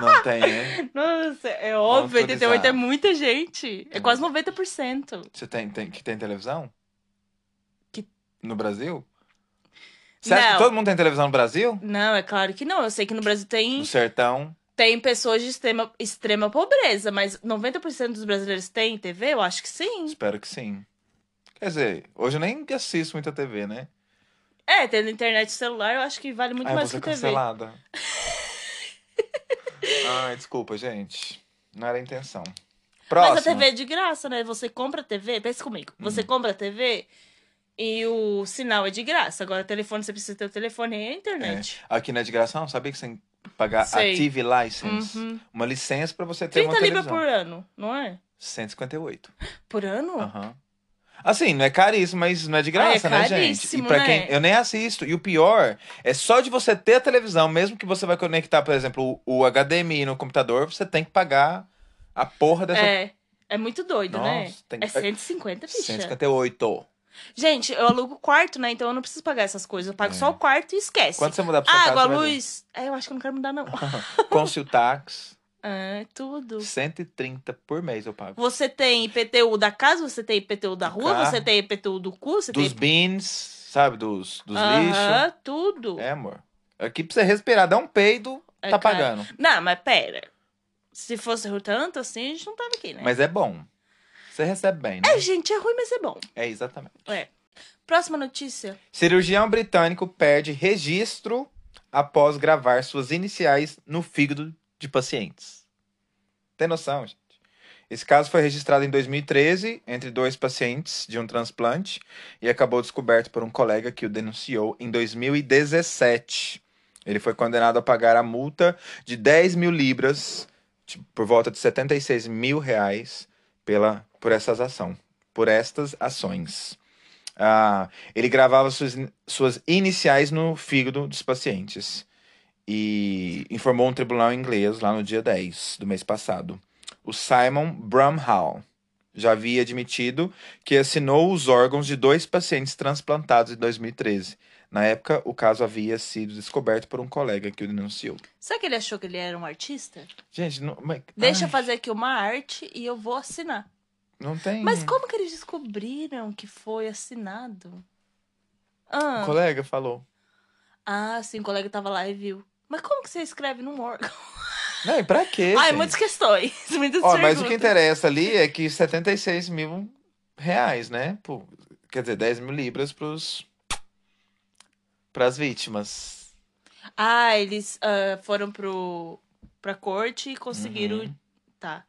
S1: Não tem, né?
S2: Nossa, é óbvio,
S1: Vamos atualizar.
S2: 88 é muita gente. É
S1: Hum.
S2: quase 90%.
S1: Você tem, tem- que tem televisão?
S2: Que-
S1: No Brasil? Você acha
S2: Não.
S1: que todo mundo tem televisão no Brasil?
S2: Não, é claro que não. Eu sei que no Brasil tem,
S1: No sertão?
S2: tem pessoas de extrema, extrema pobreza, mas 90% dos brasileiros têm TV? Eu acho que sim.
S1: Espero que sim. Quer dizer, hoje eu nem assisto muita TV, né?
S2: É, tendo internet e celular, eu acho que vale muito
S1: Ai,
S2: mais
S1: vou
S2: que
S1: ser
S2: TV.
S1: cancelada.
S2: [laughs]
S1: Ai, desculpa, gente. Não era a intenção. Próximo.
S2: Mas a TV é de graça, né? Você compra a TV, pensa comigo. Você
S1: Hum.
S2: compra a TV e o sinal é de graça. Agora, telefone, você precisa ter o telefone e a internet.
S1: Aqui não é de graça, não. Sabia que você tem que pagar
S2: Sei.
S1: a TV license?
S2: Uhum.
S1: Uma licença pra você ter É,
S2: 30
S1: uma
S2: libras
S1: televisão.
S2: por ano, não é?
S1: 158.
S2: Por ano?
S1: Aham. Assim, não é caríssimo, mas não é de graça,
S2: Ah, é
S1: né, gente? E
S2: caríssimo,
S1: pra
S2: né?
S1: quem. Eu nem assisto. E o pior é só de você ter a televisão, mesmo que você vai conectar, por exemplo, o o HDMI no computador, você tem que pagar a porra dessa.
S2: É. É muito doido, né?
S1: Nossa, tem
S2: É
S1: que.
S2: 150, bicha.
S1: 158.
S2: Gente, eu alugo quarto, né? Então eu não preciso pagar essas coisas. Eu pago
S1: É.
S2: só o quarto e esquece.
S1: Quando você tá mudar pra sua
S2: Ah, Água,
S1: casa, você vai ver.
S2: luz. É, eu acho que eu não quero
S1: [laughs]
S2: mudar, não. [laughs]
S1: Consiltax,
S2: É, tudo.
S1: 130 por mês eu pago.
S2: Você tem IPTU da casa, você tem IPTU da
S1: Do
S2: rua,
S1: carro.
S2: você tem IPTU do cu, você
S1: Dos
S2: tem.
S1: bins, sabe? Dos, dos
S2: Aham,
S1: lixos.
S2: tudo.
S1: É, amor. Aqui pra você respirar, dá um peido,
S2: É
S1: tá
S2: caro.
S1: pagando.
S2: Não, mas pera. Se fosse tanto assim, a gente não tava aqui, né?
S1: Mas é bom. Você recebe bem, né?
S2: É, gente, é ruim, mas é bom.
S1: É, exatamente.
S2: É. Próxima notícia.
S1: Cirurgião britânico perde registro após gravar suas iniciais no fígado de pacientes. Tem noção, gente? Esse caso foi registrado em 2013 entre dois pacientes de um transplante e acabou descoberto por um colega que o denunciou em 2017. Ele foi condenado a pagar a multa de 10 mil libras, tipo, por volta de 76 mil reais, pela, por, essas ação, por estas ações. Ah, ele gravava suas, suas iniciais no fígado dos pacientes e informou um tribunal inglês lá no dia 10 do mês passado. O Simon Bramhall já havia admitido que assinou os órgãos de dois pacientes transplantados em 2013. Na época, o caso havia sido descoberto por um colega que o denunciou.
S2: Será que ele achou que ele era um artista?
S1: Gente, não, mas-
S2: Deixa eu
S1: ai,
S2: fazer aqui uma arte e eu vou assinar.
S1: não tem.
S2: Mas como que eles descobriram que foi assinado?
S1: O
S2: Ah,
S1: Um colega falou.
S2: ah, sim, o colega tava lá e viu. Mas como que você escreve num órgão?
S1: Não, e pra quê?
S2: Ai,
S1: gente?
S2: muitas questões, [laughs] muitas
S1: Ó,
S2: perguntas.
S1: mas o que interessa ali é que 76 mil reais, né? Pô, quer dizer, 10 mil libras pros, pras vítimas.
S2: Ah, eles ah, foram pro, pra corte e conseguiram... Tá.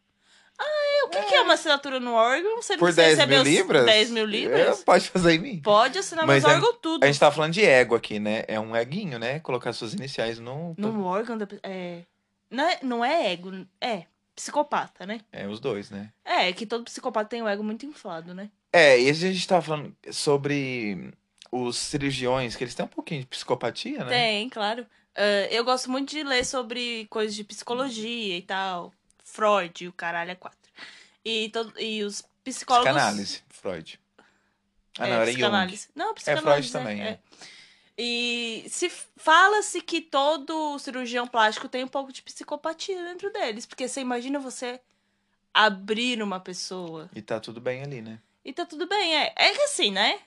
S2: Ah, e o que que é. uma assinatura no órgão? Você não
S1: Por
S2: precisa
S1: 10
S2: receber
S1: mil
S2: os
S1: libras?
S2: 10 mil libras?
S1: É, pode fazer em mim.
S2: Pode assinar
S1: Mas
S2: nos
S1: é-
S2: órgãos tudo.
S1: A gente tá falando de ego aqui, né? É um eguinho, né? Colocar suas iniciais no...
S2: No órgão da... É... Não, é, não é ego, é psicopata, né?
S1: É, os dois, né?
S2: É, é que todo psicopata tem o ego muito inflado, né?
S1: É, e a gente tá falando sobre os cirurgiões, que eles têm um pouquinho de psicopatia, né?
S2: Tem, claro. Ah, eu gosto muito de ler sobre coisas de psicologia e tal. Freud, o caralho é quatro. E, todo, e os psicólogos.
S1: Psicanálise, Freud. Ah, não,
S2: é,
S1: era Jung.
S2: psicanálise. Não,
S1: Freud
S2: psicanálise.
S1: também,
S2: é.
S1: é.
S2: E se f- fala-se que todo cirurgião plástico tem um pouco de psicopatia dentro deles. Porque você imagina você abrir uma pessoa.
S1: E tá tudo bem ali, né?
S2: E tá tudo bem, é. É que assim, né?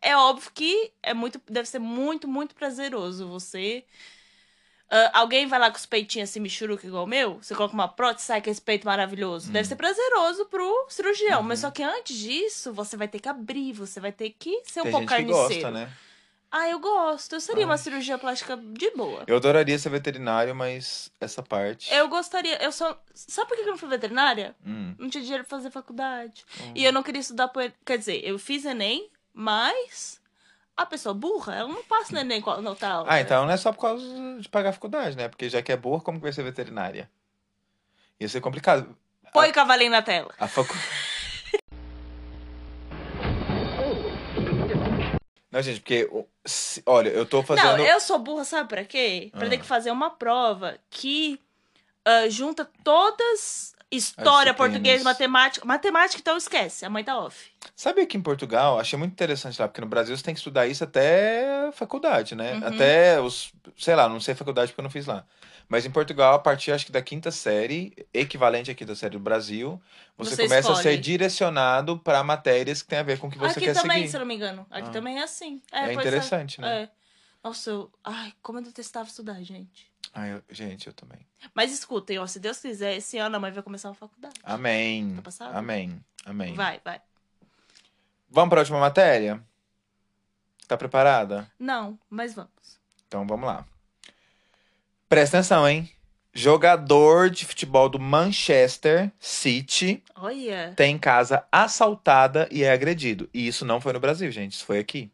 S2: É óbvio que é muito, deve ser muito, muito prazeroso você. Ah, alguém vai lá com os peitinhos assim, michuruca igual o meu, você coloca uma prótese, sai com esse peito maravilhoso. Deve
S1: Hum.
S2: ser prazeroso pro cirurgião, mas
S1: Uhum.
S2: só que antes disso, você vai ter que abrir, você vai ter que ser um
S1: Tem
S2: pouco
S1: gente que
S2: carniceiro.
S1: gosta, né?
S2: Ah, eu gosto. Eu seria uma
S1: Ah.
S2: cirurgia plástica de boa.
S1: Eu adoraria ser veterinário, mas essa parte.
S2: Eu gostaria, eu só. Sabe por que eu não fui veterinária?
S1: Hum,
S2: Não tinha dinheiro pra fazer faculdade.
S1: hum.
S2: E eu não queria estudar por. Quer dizer, eu fiz Enem, mas a pessoa burra, ela não passa no Enem qual não tá. alta.
S1: Ah, então não é só por causa de pagar a faculdade, né? Porque já que é boa, como que vai ser veterinária? Ia ser complicado.
S2: Põe o cavalinho na tela.
S1: A
S2: [laughs]
S1: facu... Não, gente, porque. o- se- Olha, eu tô fazendo.
S2: Não, eu sou burra, sabe pra quê? Pra
S1: Ah.
S2: ter que fazer uma prova que ah, junta todas História,
S1: disciplinas.
S2: português, matemática. Matemática, então esquece. A mãe tá off.
S1: Sabe aqui em Portugal, achei muito interessante lá, porque no Brasil você tem que estudar isso até faculdade, né?
S2: Uhum.
S1: Até os, sei lá, não sei faculdade porque eu não fiz lá. Mas em Portugal, a partir acho que da quinta série, equivalente à quinta série do Brasil, você,
S2: Você
S1: começa a ser
S2: escolhe.
S1: direcionado para matérias que tem a ver com o que você
S2: Aqui
S1: quer
S2: também,
S1: seguir.
S2: se eu não me engano. Aqui
S1: Ah.
S2: também é assim. É,
S1: É
S2: pois
S1: interessante, né?
S2: É. Nossa, eu... Ai, como eu detestava estudar, gente.
S1: Ai, eu- gente, eu também.
S2: Mas escutem, ó, se Deus quiser, esse ano a mãe vai começar a faculdade.
S1: Amém.
S2: Tá passado?
S1: Amém. Amém.
S2: Vai, vai.
S1: Vamos para a última matéria? Tá preparada?
S2: Não, mas vamos.
S1: Então vamos lá. Presta atenção, hein? Jogador de futebol do Manchester City
S2: Olha.
S1: tem casa assaltada e é agredido. E isso não foi no Brasil, gente, isso foi aqui.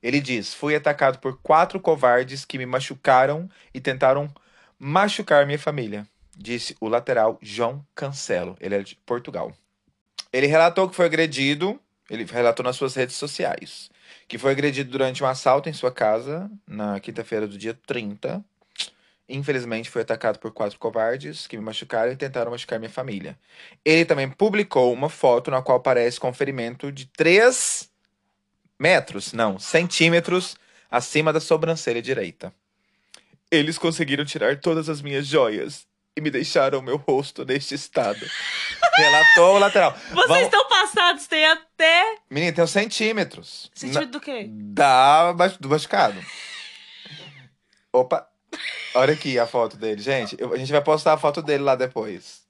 S1: Ele diz: fui atacado por quatro covardes que me machucaram e tentaram machucar minha família, disse o lateral João Cancelo. Ele é de Portugal. Ele relatou que foi agredido, ele relatou nas suas redes sociais, que foi agredido durante um assalto em sua casa na quinta-feira do dia 30. Infelizmente, foi atacado por quatro covardes que me machucaram e tentaram machucar minha família. Ele também publicou uma foto na qual aparece com um ferimento de 3 metros, não, centímetros acima da sobrancelha direita. Eles conseguiram tirar todas as minhas joias e me deixaram meu rosto neste estado. Relatou o lateral.
S2: Vocês
S1: Vamos-
S2: estão passados, tem até.
S1: Menina, tem uns centímetros.
S2: Sentido do quê?
S1: Da, mach- do machucado. Opa! Olha aqui a foto dele, gente. eu- a gente vai postar a foto dele lá depois.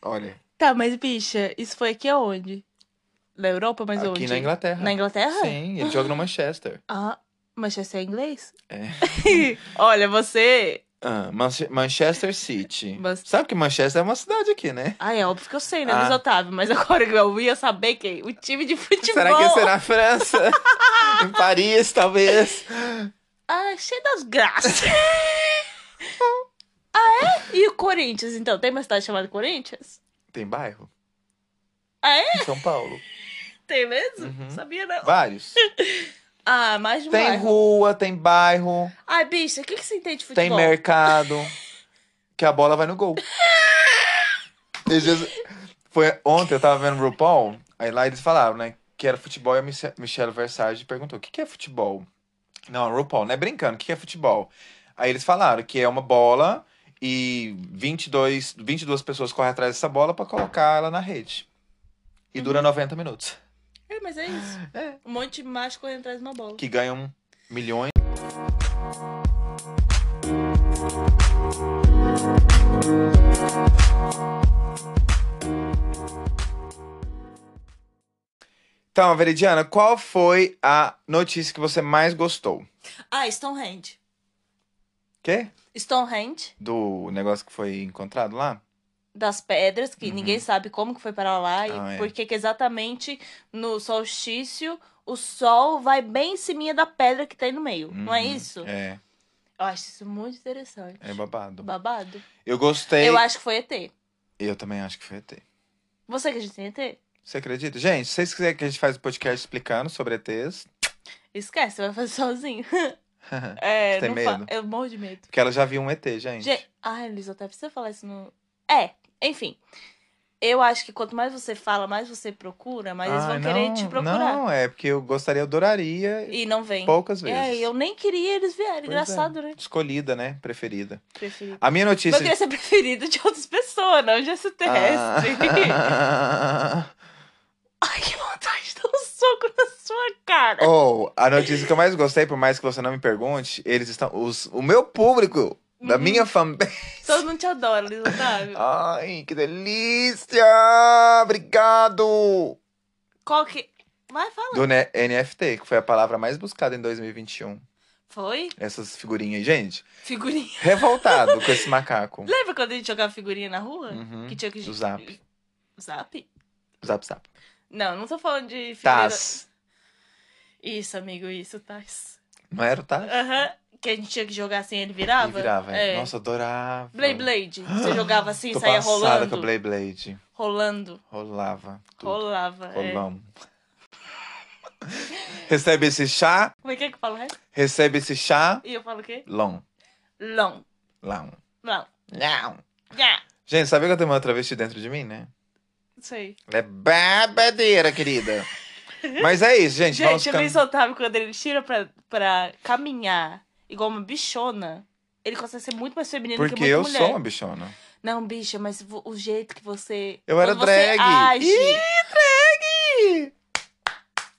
S1: Olha.
S2: Tá, mas bicha, isso foi aqui aonde? Na Europa, mas
S1: aqui
S2: onde?
S1: na Inglaterra.
S2: Na Inglaterra?
S1: Sim, ele joga no Manchester.
S2: Ah, Manchester é inglês?
S1: É.
S2: [laughs] Olha, você.
S1: Ah, Manche- Manchester City.
S2: Mas-
S1: Sabe que Manchester é uma cidade aqui, né?
S2: Ah, é óbvio que eu sei, né,
S1: Ah.
S2: Luiz Otávio? Mas agora que eu ia saber quem? O time de futebol.
S1: Será que ia ser na França? [laughs] em Paris, talvez.
S2: Ah, cheio das graças. [laughs] ah, é? E o Corinthians, então? Tem uma cidade chamada Corinthians?
S1: Tem bairro?
S2: Ah, é?
S1: Em São Paulo.
S2: Tem mesmo?
S1: Uhum.
S2: Sabia não.
S1: Vários.
S2: Ah, mais de um
S1: Tem
S2: bairro.
S1: rua, tem bairro.
S2: Ai, bicha, o que, que você entende de futebol?
S1: Tem mercado. Que a bola vai no
S2: [laughs]
S1: gol. Esses dias- Foi ontem, eu tava vendo o RuPaul, aí lá eles falaram, né? Que era futebol e a Miche- Michelle Versace perguntou: o que, que é futebol? Não, RuPaul, não é brincando, o que, que é futebol? Aí eles falaram que é uma bola e 22, 22 pessoas correm atrás dessa bola pra colocar ela na rede. E
S2: Uhum.
S1: dura 90 minutos.
S2: É, mas é isso.
S1: [laughs] É.
S2: Um monte de macho correndo atrás de uma bola.
S1: Que ganham milhões. Então, Veridiana, qual foi a notícia que você mais gostou?
S2: Ah, Stonehenge.
S1: Quê?
S2: Stonehenge,
S1: Do negócio que foi encontrado lá?
S2: das pedras, que
S1: Uhum.
S2: ninguém sabe como que foi para lá e
S1: Ah, é.
S2: porque que exatamente no solstício o sol vai bem em cima da pedra que tem no meio. Não é
S1: Uhum.
S2: isso?
S1: É,
S2: Eu acho isso muito interessante.
S1: é babado.
S2: Babado.
S1: Eu gostei.
S2: Eu acho que foi ET.
S1: Eu também acho que foi ET.
S2: Você acredita em ET?
S1: Você acredita? Gente, se vocês quiserem que a gente faça um podcast explicando sobre ETs,
S2: Esquece, você vai
S1: [laughs]
S2: fazer sozinho. É,
S1: Você tem
S2: não fa-
S1: medo?
S2: Eu morro de medo.
S1: porque ela já viu um ET, gente.
S2: Gente, ai, Luiz, até precisa falar isso no. É, enfim. Eu acho que quanto mais você fala, mais você procura, mais eles
S1: Ah,
S2: vão querer
S1: não,
S2: te procurar.
S1: Não, é porque eu gostaria, eu adoraria
S2: E não vem.
S1: poucas vezes.
S2: É, eu nem queria eles
S1: Pois
S2: vierem. Engraçado, né?
S1: Escolhida, né? Preferida.
S2: Preferido.
S1: A minha
S2: Mas
S1: notícia.
S2: eu queria ser preferido de outras pessoas, não de [laughs] extraterrestre.
S1: Ah.
S2: Ai, que vontade de dar um soco na sua cara.
S1: Ou, Oh, a notícia que eu mais gostei, por mais que você não me pergunte, eles estão. Os, o meu público, da
S2: Uhum.
S1: minha fanbase.
S2: Todo mundo te adora, Luiz Otávio.
S1: Ah. Ai, que delícia! Obrigado!
S2: Qual que. Vai falar.
S1: Do né, ne- NFT, que foi a palavra mais buscada em 2021.
S2: Foi?
S1: Essas figurinhas. Gente,
S2: Figurinha. [laughs]
S1: revoltado com esse macaco.
S2: Lembra quando a gente jogava figurinha na rua?
S1: Uhum.
S2: Que tipo tinha que.
S1: O zap.
S2: Zap?
S1: Zap, zap.
S2: Não, não tô falando de figurinha.
S1: Taz.
S2: Isso, amigo, isso, Taz.
S1: Não era o Taz?
S2: Aham. Que a gente tinha que jogar assim, ele virava?
S1: E virava, é.
S2: É.
S1: Nossa, adorava.
S2: Blade Blade. Você jogava assim,
S1: Tô
S2: saía
S1: passada
S2: rolando.
S1: com a Blade Blade.
S2: Rolando.
S1: Rolava. tudo.
S2: Rolava. é.
S1: Rolão. [laughs] recebe esse chá,
S2: Como é que é que eu falo o resto?
S1: recebe esse chá.
S2: E eu falo o quê?
S1: Long,
S2: Long.
S1: lão,
S2: Long.
S1: lão.
S2: Yeah.
S1: Gente, sabia que eu tenho uma travesti dentro de mim, né?
S2: Não sei.
S1: Ela é babadeira,
S2: [laughs]
S1: querida. Mas é isso, gente. vamos
S2: Gente, o
S1: cam-
S2: Luiz Otávio, quando ele tira pra, pra caminhar igual uma bichona, ele consegue ser muito mais feminino que
S1: Porque
S2: muita
S1: eu
S2: mulher.
S1: sou uma bichona.
S2: Não, bicha, mas vo- o jeito que você.
S1: Eu era
S2: quando você
S1: drag.
S2: Age,
S1: Ih!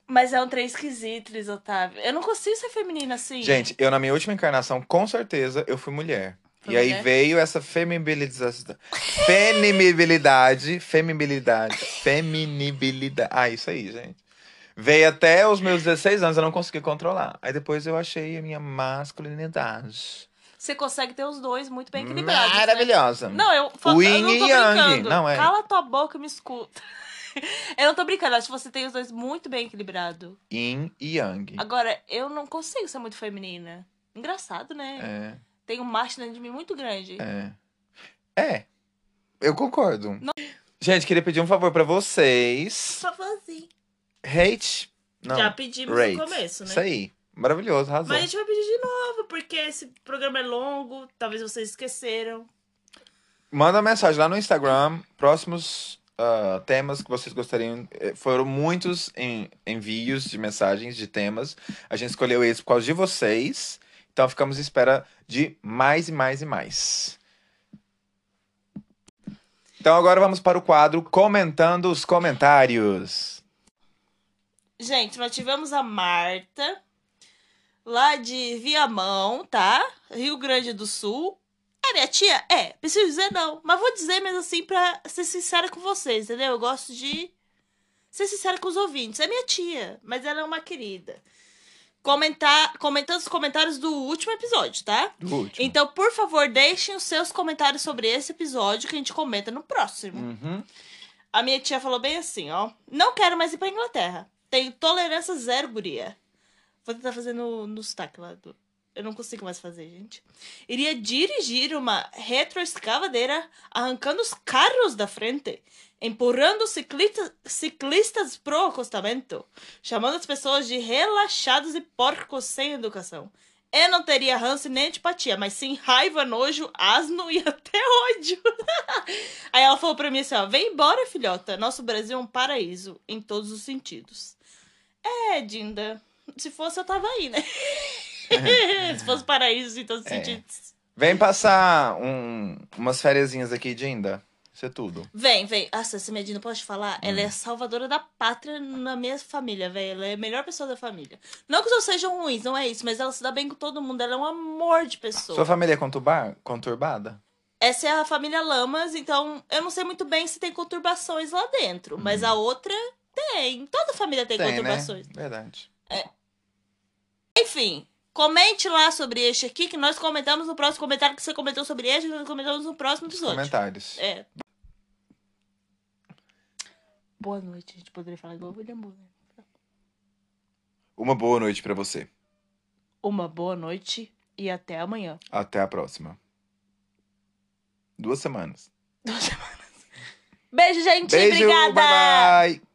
S2: Mas é um trem esquisito, Luiz Otávio. Eu não consigo ser feminina assim.
S1: Gente, eu na minha última encarnação, com certeza, eu fui mulher.
S2: Foi
S1: e aí
S2: mulher?
S1: veio essa feminibilização. Femibilidade, feminilidade, feminibilidade. Ah, isso aí, gente. Veio até os meus 16 anos, eu não consegui controlar. Aí depois eu achei a minha masculinidade.
S2: Você consegue ter os dois muito bem equilibrados. né?
S1: Maravilhosa.
S2: Não, eu, fa-
S1: O
S2: eu
S1: yin
S2: não tô
S1: e yang.
S2: brincando.
S1: Não, é.
S2: Cala tua boca e me escuta. [laughs] Eu não tô brincando, acho que você tem os dois muito bem equilibrados.
S1: Yin e Yang.
S2: Agora, eu não consigo ser muito feminina. Engraçado, né?
S1: É,
S2: Tem um macho dentro de mim muito grande.
S1: é. É. Eu concordo. Gente, queria pedir um favor pra vocês.
S2: Só assim.
S1: Hate. Não.
S2: Já pedimos
S1: Rate.
S2: no começo, né?
S1: Isso aí. Maravilhoso, razão.
S2: Mas a gente vai pedir de novo, porque esse programa é longo, talvez vocês esqueceram.
S1: Manda uma mensagem lá no Instagram. Próximos ah, temas que vocês gostariam. eh, Foram muitos en- envios de mensagens, de temas. A gente escolheu esse por causa de vocês. Então ficamos à espera de mais e mais e mais. Então agora vamos para o quadro Comentando os Comentários.
S2: Gente, nós tivemos a Marta, lá de Viamão, tá? Rio Grande do Sul. É minha tia? É, preciso dizer não. Mas vou dizer mesmo assim pra ser sincera com vocês, entendeu? Eu gosto de ser sincera com os ouvintes. É minha tia, mas ela é uma querida. Comentar, comentando os comentários do último episódio, tá?
S1: Do último.
S2: Então, por favor, deixem os seus comentários sobre esse episódio que a gente comenta no próximo.
S1: Uhum.
S2: A minha tia falou bem assim, ó. Não quero mais ir pra Inglaterra. Tenho tolerância zero, guria. Vou tentar fazer no, no sotaque lá do... Eu não consigo mais fazer, gente. Iria dirigir uma retroescavadeira arrancando os carros da frente, empurrando os ciclista, ciclistas pro acostamento, chamando as pessoas de relaxados e porcos sem educação. Eu não teria ranço nem antipatia, mas sim raiva, nojo, asno e [laughs] até ódio. [laughs] Aí ela falou pra mim assim, ó, vem embora, filhota. Nosso Brasil é um paraíso em todos os sentidos. É, Dinda. Se fosse, eu tava aí, né? [laughs] se fosse paraíso em todos os
S1: É.
S2: sentidos.
S1: Vem passar um- umas fériasinhas aqui de ainda. Isso é tudo.
S2: Vem, vem. Nossa, essa minha Dinda, posso te falar? Ela é a salvadora da pátria na minha família, velho. Ela é a melhor pessoa da família. Não que os outros sejam ruins, não é isso. Mas ela se dá bem com todo mundo. Ela é um amor de pessoa.
S1: Sua família é conturba- conturbada?
S2: Essa é a família Lamas, então eu não sei muito bem se tem conturbações lá dentro. Mas a outra tem. Toda família tem, conturbações.
S1: Né? Verdade.
S2: Enfim, comente lá sobre este aqui, que nós comentamos no próximo comentário que você comentou sobre este, que nós comentamos no próximo episódio.
S1: Comentários.
S2: É. Boa noite, a gente poderia falar igual o William Bonner.
S1: Uma boa noite pra você.
S2: Uma boa noite e até amanhã.
S1: Até a próxima. Duas semanas.
S2: Beijo, gente.
S1: Beijo,
S2: obrigada.
S1: bye bye.